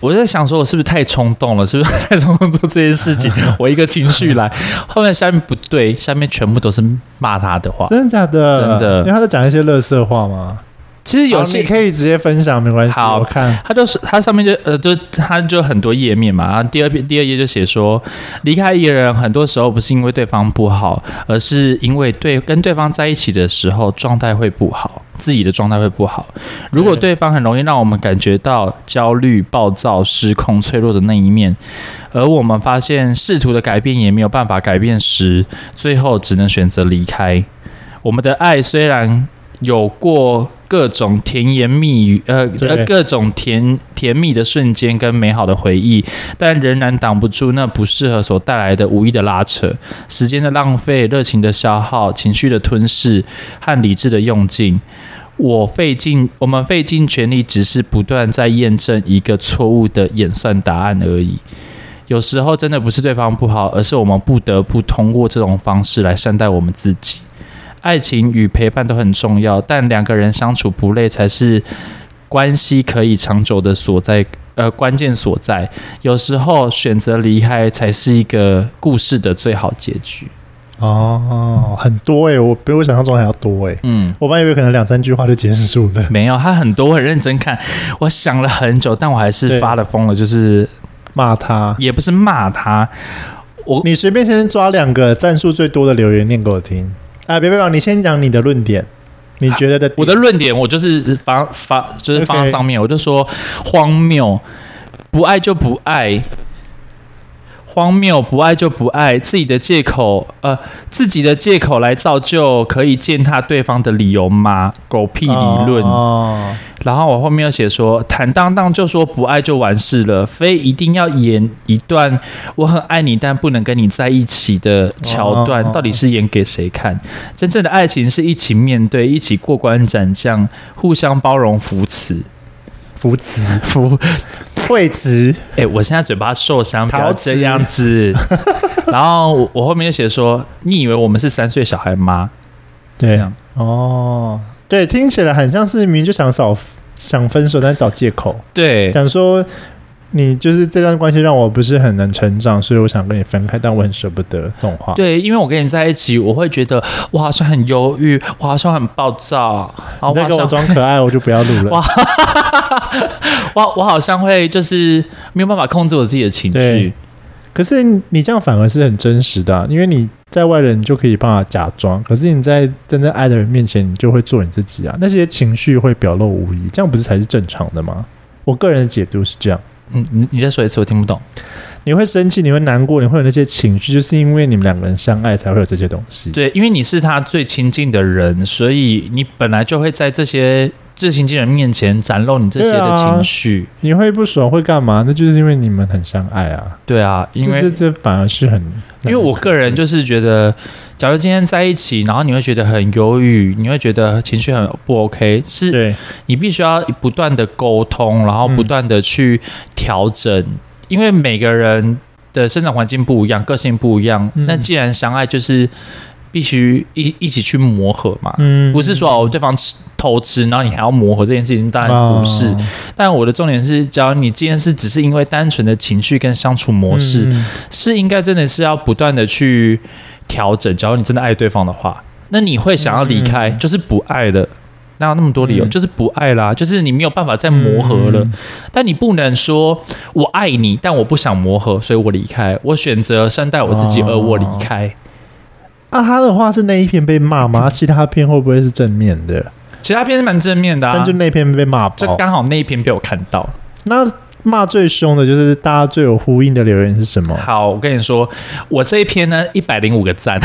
Speaker 2: 我在想，说我是不是太冲动了？是不是太冲动做这件事情？ 我一个情绪来，后面下面不对，下面全部都是骂他的话。
Speaker 1: 真的假的？
Speaker 2: 真的
Speaker 1: 因为他在讲一些乐色话吗？
Speaker 2: 其实有
Speaker 1: 好你
Speaker 2: 些
Speaker 1: 可以直接分享，没关系。
Speaker 2: 好
Speaker 1: 我看，
Speaker 2: 他就是他上面就呃就他就很多页面嘛，然后第二篇第二页就写说，离开一个人很多时候不是因为对方不好，而是因为对跟对方在一起的时候状态会不好，自己的状态会不好。如果对方很容易让我们感觉到焦虑、暴躁、失控、脆弱的那一面，而我们发现试图的改变也没有办法改变时，最后只能选择离开。我们的爱虽然有过各种甜言蜜语，呃呃
Speaker 1: 对
Speaker 2: 各种甜甜蜜的瞬间跟美好的回忆，但仍然挡不住那不适合所带来的无意的拉扯、时间的浪费、热情的消耗、情绪的吞噬和理智的用尽。我费尽，我们费尽全力，只是不断在验证一个错误的演算答案而已。有时候真的不是对方不好，而是我们不得不通过这种方式来善待我们自己。爱情与陪伴都很重要，但两个人相处不累才是关系可以长久的所在，呃，关键所在。有时候选择离开才是一个故事的最好结局。
Speaker 1: 哦，很多诶、我比我想象中还要多诶、
Speaker 2: 嗯，
Speaker 1: 我本来以为可能两三句话就结束了。
Speaker 2: 没有，他很多，我很认真看，我想了很久，但我还是
Speaker 1: 对
Speaker 2: 发了疯了，就是
Speaker 1: 骂他，
Speaker 2: 也不是骂他，我
Speaker 1: 你随便先抓两个赞数最多的留言念给我听。啊，别别别，你先讲你的论点，你觉得的点、
Speaker 2: 啊我的论点，我就是发发，就是放在
Speaker 1: OK
Speaker 2: 上面我就说荒谬，不爱就不爱，荒谬，不爱就不爱，自己的借口，呃，自己的借口来造就可以践踏对方的理由吗？狗屁理论。
Speaker 1: 哦，
Speaker 2: 然后我后面又写说，坦荡荡就说不爱就完事了，非一定要演一段我很爱你但不能跟你在一起的桥段，
Speaker 1: 哦
Speaker 2: 到底是演给谁看？真正的爱情是一起面对，一起过关斩将，互相包容扶持。
Speaker 1: 福子、
Speaker 2: 扶，
Speaker 1: 惠子，
Speaker 2: 哎、我现在嘴巴受伤，不要
Speaker 1: 陶瓷
Speaker 2: 这样 子。然后我我后面就写说，你以为我们是三岁小孩吗？这
Speaker 1: 对
Speaker 2: 样，
Speaker 1: 哦，对，听起来很像是明明就想找想分手，但是找借口，
Speaker 2: 对
Speaker 1: 想说你就是这段关系让我不是很能成长，所以我想跟你分开，但我很舍不得这种话。
Speaker 2: 对，因为我跟你在一起，我会觉得我好像很忧郁，我好像很暴躁，然后
Speaker 1: 你再
Speaker 2: 我好
Speaker 1: 给我
Speaker 2: 像
Speaker 1: 装可爱，我就不要录 了
Speaker 2: 哇。我我好像会就是没有办法控制我自己的情绪
Speaker 1: 对，可是你这样反而是很真实的啊、因为你在外人你就可以办法假装，可是你在真正爱的人面前，你就会做你自己啊，那些情绪会表露无遗，这样不是才是正常的吗？我个人的解读是这样。
Speaker 2: 嗯，你你再说一次，我听不懂。
Speaker 1: 你会生气，你会难过，你会有那些情绪，就是因为你们两个人相爱才会有这些东西。
Speaker 2: 对，因为你是他最亲近的人，所以你本来就会在这些最亲近的人面前展露你这些
Speaker 1: 对
Speaker 2: 的
Speaker 1: 啊
Speaker 2: 情绪。
Speaker 1: 你会不爽，会干嘛？那就是因为你们很相爱啊。
Speaker 2: 对啊，因为
Speaker 1: 这这这反而是很，
Speaker 2: 因为我个人就是觉得，假如今天在一起，然后你会觉得很忧郁，你会觉得情绪很不 OK，是
Speaker 1: 对
Speaker 2: 你必须要不断的沟通，然后不断的去调整，因为每个人的生长环境不一样，个性不一样。
Speaker 1: 嗯
Speaker 2: 那既然相爱，就是必须一一起去磨合嘛，
Speaker 1: 嗯
Speaker 2: 不是说哦对方吃偷吃，然后你还要磨合这件事情，当然不是。
Speaker 1: 哦
Speaker 2: 但我的重点是，假如你今天是只是因为单纯的情绪跟相处模式，
Speaker 1: 嗯
Speaker 2: 是应该真的是要不断的去调整。假如你真的爱对方的话，那你会想要离开，就是不爱了。哪有那么多理由？
Speaker 1: 嗯
Speaker 2: 就是不爱啦，就是你没有办法再磨合了。但你不能说我爱你，但我不想磨合，所以我离开。我选择善待我自己，
Speaker 1: 哦
Speaker 2: 而我离开。
Speaker 1: 啊，他的话是那一篇被骂 吗？其他篇会不会是正面的？
Speaker 2: 其他篇是蛮正面的
Speaker 1: 但
Speaker 2: 啊
Speaker 1: 就，哦那篇被骂
Speaker 2: 就
Speaker 1: 爆。
Speaker 2: 刚好那一篇被我看到。
Speaker 1: 那骂最凶的就是大家最有呼应的留言是什么？
Speaker 2: 好，我跟你说，我这一篇呢，一百零五个赞，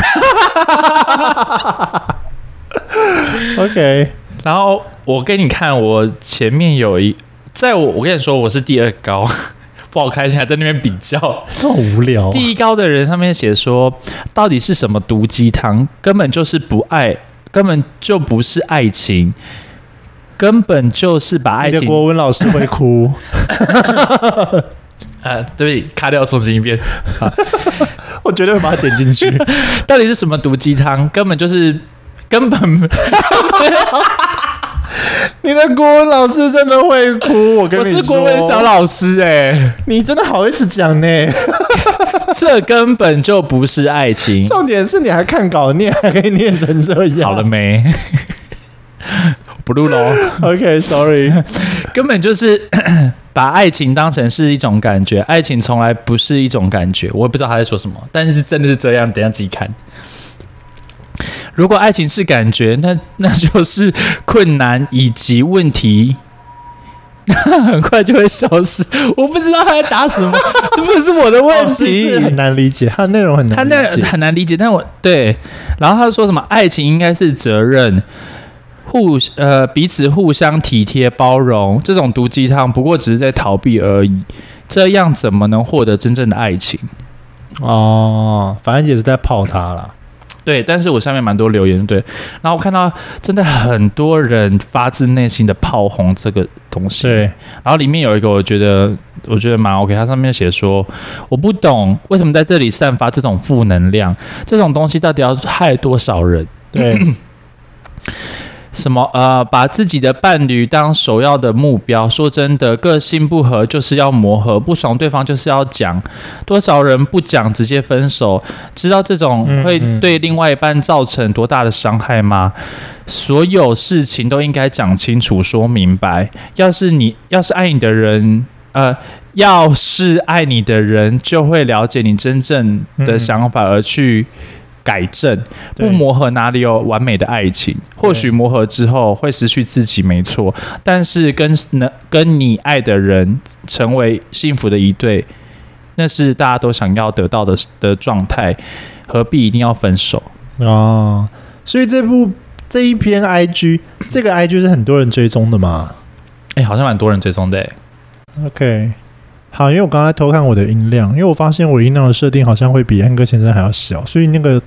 Speaker 1: OK，
Speaker 2: 然后我给你看，我前面有一，在我我跟你说，我是第二高， 不好开心，还在那边比较。
Speaker 1: 这么无聊、啊。
Speaker 2: 第一高的人上面写说，到底是什么毒鸡汤？根本就是不爱，根本就不是爱情，根本就是把爱
Speaker 1: 你的
Speaker 2: 情
Speaker 1: 国文老师会哭，
Speaker 2: 呃，对，卡掉重新一遍。
Speaker 1: 我绝对会把它剪进去。
Speaker 2: 到底是什么毒鸡汤？根本就是根本
Speaker 1: 你的国文老师真的会哭，我跟
Speaker 2: 我
Speaker 1: 你
Speaker 2: 是
Speaker 1: 说，
Speaker 2: 国文小，老师哎、
Speaker 1: 你真的好意思讲 呢？
Speaker 2: 这根本就不是爱情。
Speaker 1: 重点是你还看稿念，还可以念成这样。
Speaker 2: 好了 没？不录喽，
Speaker 1: ，OK，Sorry，、
Speaker 2: 根本就是 把爱情当成是一种感觉，爱情从来不是一种感觉。我也不知道他在说什么，但是真的是这样，等一下自己看。如果爱情是感觉，那那就是困难以及问题， 那很快就会消失。我不知道他在打什么，这不是我的问
Speaker 1: 哦是不
Speaker 2: 题。
Speaker 1: 是很难理解，它的内容很
Speaker 2: 他
Speaker 1: 难
Speaker 2: 那
Speaker 1: 理解。
Speaker 2: 很难理解，但我对，然后他说什么爱情应该是责任，互呃彼此互相体贴包容，这种毒鸡汤不过只是在逃避而已，这样怎么能获得真正的爱情？
Speaker 1: 哦，反正也是在泡他啦。
Speaker 2: 对，但是我下面蛮多留言，对，然后我看到真的很多人发自内心的炮轰这个东西，
Speaker 1: 对，
Speaker 2: 然后里面有一个我觉得我觉得蛮 OK，它上面写说我不懂为什么在这里散发这种负能量，这种东西到底要害多少人？
Speaker 1: 对，
Speaker 2: 什么呃，把自己的伴侣当首要的目标。说真的，个性不合就是要磨合，不爽对方就是要讲。多少人不讲直接分手？知道这种
Speaker 1: 嗯
Speaker 2: 会
Speaker 1: 嗯
Speaker 2: 对另外一半造成多大的伤害吗？所有事情都应该讲清楚、说明白。要是你要是爱你的人，呃。要是爱你的人，就会了解你真正的
Speaker 1: 嗯
Speaker 2: 想法，而去改正。不
Speaker 1: 对
Speaker 2: 磨合哪里有完美的爱情？或许磨合之后会失去自己，没错。但是跟能跟你爱的人成为幸福的一对，那是大家都想要得到的的状态，何必一定要分手？
Speaker 1: 哦，所以这部这一篇 IG，这个 IG 是很多人追踪的嘛
Speaker 2: 哎、好像蛮多人追踪的、欸，
Speaker 1: ？OK，好，因为我刚才偷看我的音量，因为我发现我音量的设定好像会比安哥先生还要小，所以那个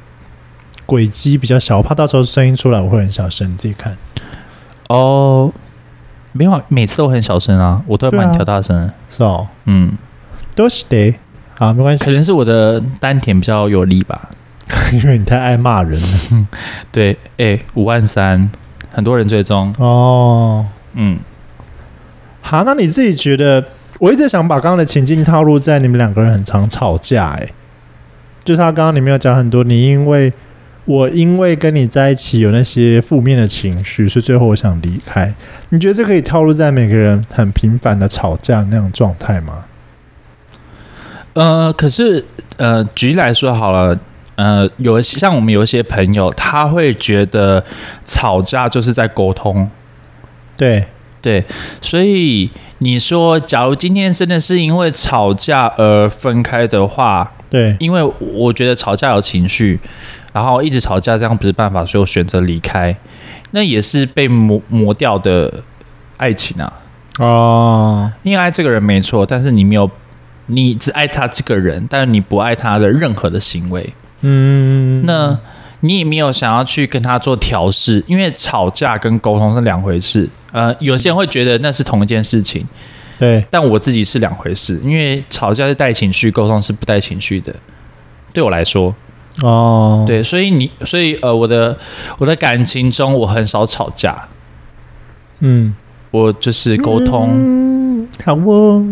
Speaker 1: 轨迹比较小，我怕到时候声音出来我会很小声，你自己看。
Speaker 2: 哦。没有啊，每次都很小声啊，我都会
Speaker 1: 对啊
Speaker 2: 帮你调大声。
Speaker 1: 是哦，
Speaker 2: 嗯，
Speaker 1: 都是的。好，没关系，
Speaker 2: 可能是我的丹田比较有力吧。
Speaker 1: 因为你太爱骂人了。
Speaker 2: 对，哎、五万三，很多人追踪。
Speaker 1: 哦，
Speaker 2: 嗯，
Speaker 1: 好，那你自己觉得？我一直想把刚刚的情境套入在你们两个人很常吵架、欸，就是他刚刚你没有讲很多，你因为我因为跟你在一起有那些负面的情绪，所以最后我想离开。你觉得这可以套入在每个人很频繁的吵架那种状态吗？
Speaker 2: 呃，可是呃，举例来说好了，呃，有一些像我们有一些朋友，他会觉得吵架就是在沟通，
Speaker 1: 对，
Speaker 2: 对，所以你说，假如今天真的是因为吵架而分开的话，
Speaker 1: 对，
Speaker 2: 因为我觉得吵架有情绪，然后一直吵架这样不是办法，所以我选择离开，那也是被磨磨掉的爱情啊。
Speaker 1: 哦，
Speaker 2: 你爱这个人没错，但是你没有，你只爱他这个人，但是你不爱他的任何的行为。
Speaker 1: 嗯，
Speaker 2: 那你也没有想要去跟他做调试，因为吵架跟沟通是两回事。呃，有些人会觉得那是同一件事情，
Speaker 1: 对，
Speaker 2: 但我自己是两回事，因为吵架是带情绪，沟通是不带情绪的。对我来说，
Speaker 1: 哦，，
Speaker 2: 对，所以你，所以呃，我的我的感情中，我很少吵架，
Speaker 1: 嗯，
Speaker 2: 我就是沟通，
Speaker 1: 嗯，好哦，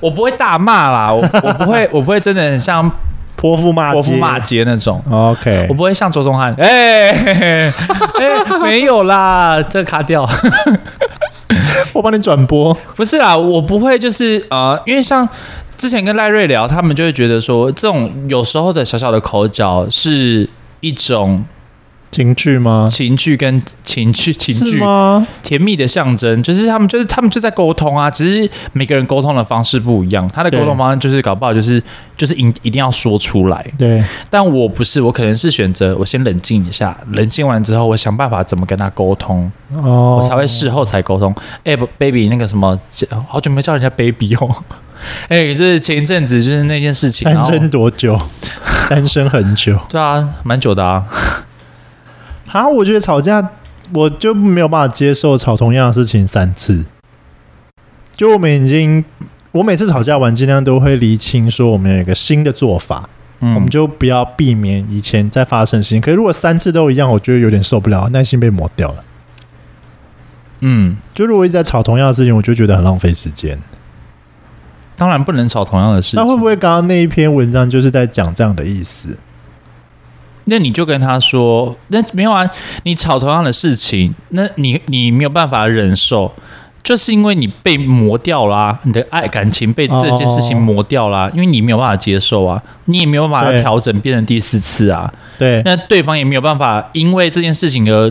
Speaker 2: 我不会大骂啦，我我不会，我不会真的很像
Speaker 1: 泼妇骂
Speaker 2: 泼妇
Speaker 1: 街
Speaker 2: 骂街那种。
Speaker 1: OK，
Speaker 2: 我不会像周宗翰，哎、 嘿嘿哎没有啦，这卡掉。
Speaker 1: 我帮你转播。
Speaker 2: 不是啦，我不会，就是呃，因为像之前跟赖瑞聊，他们就会觉得说，这种有时候的小小的口角是一种
Speaker 1: 情趣吗？
Speaker 2: 情趣跟情趣情
Speaker 1: 是
Speaker 2: 趣
Speaker 1: 吗？
Speaker 2: 甜蜜的象征，就是他们就是他们就在沟通啊，只是每个人沟通的方式不一样，他的沟
Speaker 1: 对
Speaker 2: 通方式就是搞不好就是就是一一定要说出来，
Speaker 1: 对，
Speaker 2: 但我不是，我可能是选择我先冷静一下，冷静完之后，我想办法怎么跟他沟通，
Speaker 1: 哦，
Speaker 2: 我才会事后才沟通。哎、不 b a b y 那个什么，好久没叫人家 baby 哦。 哎、就是前一阵子就是那件事情，然
Speaker 1: 单
Speaker 2: 后
Speaker 1: 身多 久？单身很久。
Speaker 2: 对啊，蛮久的啊。
Speaker 1: 哈，我觉得吵架我就没有办法接受吵同样的事情三次。就我们已经，我每次吵架完，尽量都会厘清说我们有一个新的做法，
Speaker 2: 嗯，
Speaker 1: 我们就不要避免以前再发生的事情。可是如果三次都一样，我觉得有点受不了，耐心被磨掉了。
Speaker 2: 嗯，
Speaker 1: 就如果一直在吵同样的事情，我就觉得很浪费时间。
Speaker 2: 当然不能吵同样的事情。
Speaker 1: 那会不会刚刚那一篇文章就是在讲这样的意思？
Speaker 2: 那你就跟他说，那没有啊，你吵同样的事情，那你你没有办法忍受，就是因为你被磨掉啦、你的爱感情被
Speaker 1: 哦
Speaker 2: 这件事情磨掉啦、因为你没有办法接受啊，你也没有办法
Speaker 1: 对
Speaker 2: 调整变成第四次啊，
Speaker 1: 对，
Speaker 2: 那对方也没有办法因为这件事情而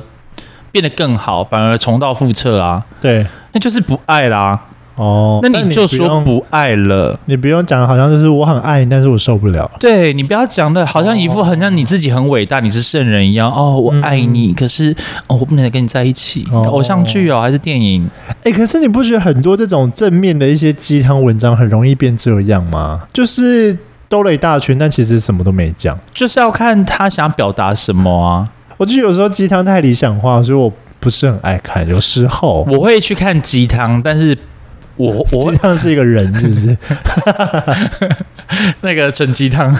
Speaker 2: 变得更好，反而重蹈覆辙啊，
Speaker 1: 对，
Speaker 2: 那就是不爱啦，
Speaker 1: 哦，
Speaker 2: 那
Speaker 1: 但
Speaker 2: 你
Speaker 1: 你
Speaker 2: 就
Speaker 1: 不
Speaker 2: 说
Speaker 1: 用，
Speaker 2: 不爱了。
Speaker 1: 你不用讲，好像就是我很爱你，但是我受不了。
Speaker 2: 对你不要讲的，好像一副很像你自己很伟大，你是圣人一样哦，我爱你，可是哦，我不能跟你在一起。
Speaker 1: 嗯哦
Speaker 2: 偶像剧哦，还是电影？
Speaker 1: 哎、可是你不觉得很多这种正面的一些鸡汤文章很容易变这样吗？就是兜了一大圈，但其实什么都没讲。
Speaker 2: 就是要看他想表达什么啊！
Speaker 1: 我觉得有时候鸡汤太理想化，所以我不是很爱看。有时候
Speaker 2: 我会去看鸡汤，但是我我
Speaker 1: 鸡
Speaker 2: 会
Speaker 1: 汤是一个人，是不 是？
Speaker 2: 那个陈鸡汤、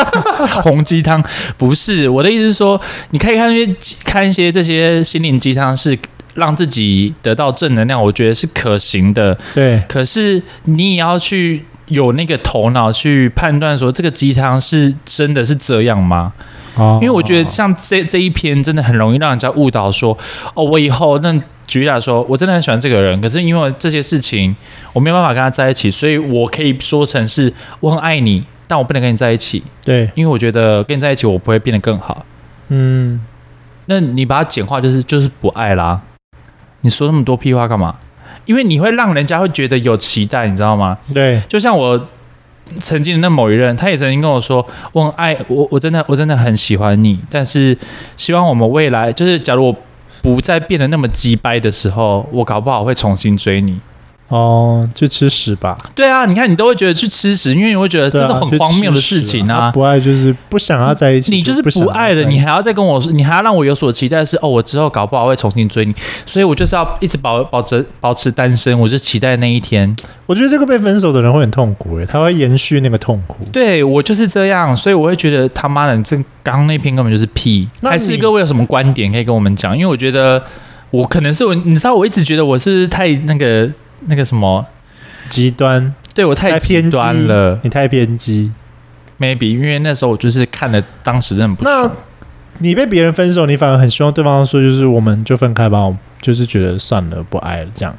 Speaker 2: 红鸡汤不是我的意思是说，你可以看一些看一些这些心灵鸡汤，是让自己得到正能量，我觉得是可行的。
Speaker 1: 对，
Speaker 2: 可是你也要去有那个头脑去判断说这个鸡汤是真的是这样吗？
Speaker 1: 哦
Speaker 2: 因为我觉得像这这一篇真的很容易让人家误导说，哦，我以后那举例来说，我真的很喜欢这个人，可是因为这些事情我没有办法跟他在一起，所以我可以说成是我很爱你，但我不能跟你在一起，
Speaker 1: 对，
Speaker 2: 因为我觉得跟你在一起我不会变得更好。
Speaker 1: 嗯，
Speaker 2: 那你把它简化就是就是不爱啦。你说那么多屁话干嘛？因为你会让人家会觉得有期待，你知道吗？
Speaker 1: 对，
Speaker 2: 就像我曾经的那某一任，他也曾经跟我说，我很爱我，我真的我真的很喜欢你，但是希望我们未来就是，假如我不再变得那么鸡掰的时候，我搞不好会重新追你。
Speaker 1: 哦，就吃屎吧，
Speaker 2: 对啊，你看你都会觉得去吃屎，因为你会觉得这
Speaker 1: 对
Speaker 2: 是
Speaker 1: 啊
Speaker 2: 很荒谬的
Speaker 1: 就吃屎
Speaker 2: 事情
Speaker 1: 啊！
Speaker 2: 啊。
Speaker 1: 不爱就是不想要在一起，
Speaker 2: 你就是
Speaker 1: 不想
Speaker 2: 不
Speaker 1: 要
Speaker 2: 爱了，
Speaker 1: 在一
Speaker 2: 你
Speaker 1: 起
Speaker 2: 还要再跟我说，你还要让我有所期待是哦，我之后搞不好会重新追你，所以我就是要一直保保持保持单身，我就期待那一天。
Speaker 1: 我觉得这个被分手的人会很痛苦、诶，他会延续那个痛苦。
Speaker 2: 对我就是这样，所以我会觉得他妈的，你这刚刚那篇根本就是屁。
Speaker 1: 那
Speaker 2: 还是
Speaker 1: 你
Speaker 2: 各位有什么观点可以跟我们讲？因为我觉得我可能是我，你知道，我一直觉得我是不是太那个那个什么，
Speaker 1: 极端，
Speaker 2: 对我太
Speaker 1: 太
Speaker 2: 极
Speaker 1: 偏激
Speaker 2: 端了
Speaker 1: 你太偏激。
Speaker 2: ，maybe，因为那时候我就是看了，当时真的很不
Speaker 1: 那
Speaker 2: 爽。
Speaker 1: 你被别人分手，你反而很希望对方说，就是我们就分开吧，我就是觉得算了，不爱了这样，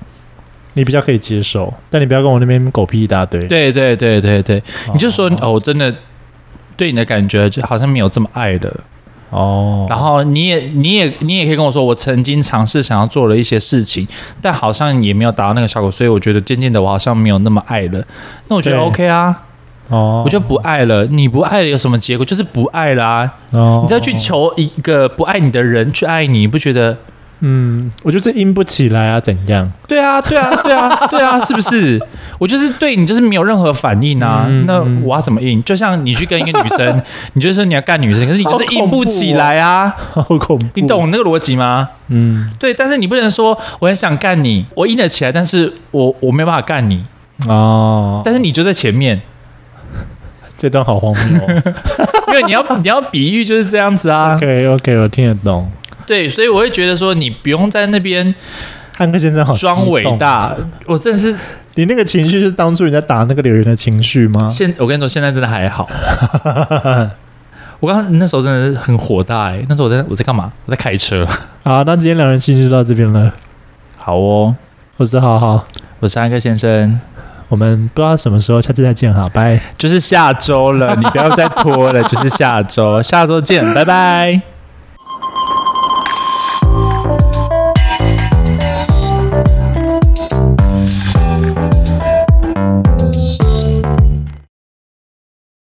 Speaker 1: 你比较可以接受。但你不要跟我那边狗屁一大堆，
Speaker 2: 对对对对对，
Speaker 1: 哦
Speaker 2: 你就说哦，我真的对你的感觉就好像没有这么爱了。
Speaker 1: 哦，
Speaker 2: 然后你也你也你也可以跟我说，我曾经尝试想要做了一些事情，但好像也没有达到那个效果，所以我觉得渐渐的我好像没有那么爱了。那我觉得
Speaker 1: 对
Speaker 2: OK 啊，
Speaker 1: 哦，
Speaker 2: 我就不爱了。你不爱了有什么结果？就是不爱啦、
Speaker 1: 哦
Speaker 2: 你再去，求一个不爱你的人去爱你，你不觉得？
Speaker 1: 嗯，我就是硬不起来啊，怎样？
Speaker 2: 对啊，对啊，对啊， 对啊，是不是？我就是对你就是没有任何反应啊。
Speaker 1: 嗯
Speaker 2: 那
Speaker 1: 嗯
Speaker 2: 我要怎么应？就像你去跟一个女生， 你就说你要干女生，可是你就是硬
Speaker 1: 哦
Speaker 2: 不起来啊。
Speaker 1: 好恐怖，
Speaker 2: 你？懂那个逻辑吗？
Speaker 1: 嗯，
Speaker 2: 对，但是你不能说我很想干你，我硬得起来，但是我我没有办法干你，
Speaker 1: 哦，
Speaker 2: 但是你就在前面，
Speaker 1: 这段好荒谬、
Speaker 2: 啊
Speaker 1: 哦。
Speaker 2: 因为你要你要比喻就是这样子啊。
Speaker 1: OK OK，我听得懂。
Speaker 2: 对，所以我会觉得说你不用在那边
Speaker 1: 汉克先生好激动
Speaker 2: 装伟，大，我真的是
Speaker 1: 你那个情绪是当初人家打那个柳岩的情绪吗？
Speaker 2: 现我跟你说，现在真的还好。 我刚那时候真的是很火大哎、那时候我在我在干嘛？我在开车。
Speaker 1: 好，那今天两人情绪就到这边了。
Speaker 2: 好哦，
Speaker 1: 我是好好，
Speaker 2: 我是安克先生，
Speaker 1: 我们不知道什么时候下次再见哈，拜。
Speaker 2: 就是下周了，你不要再拖了，就是下周，下周见，拜拜。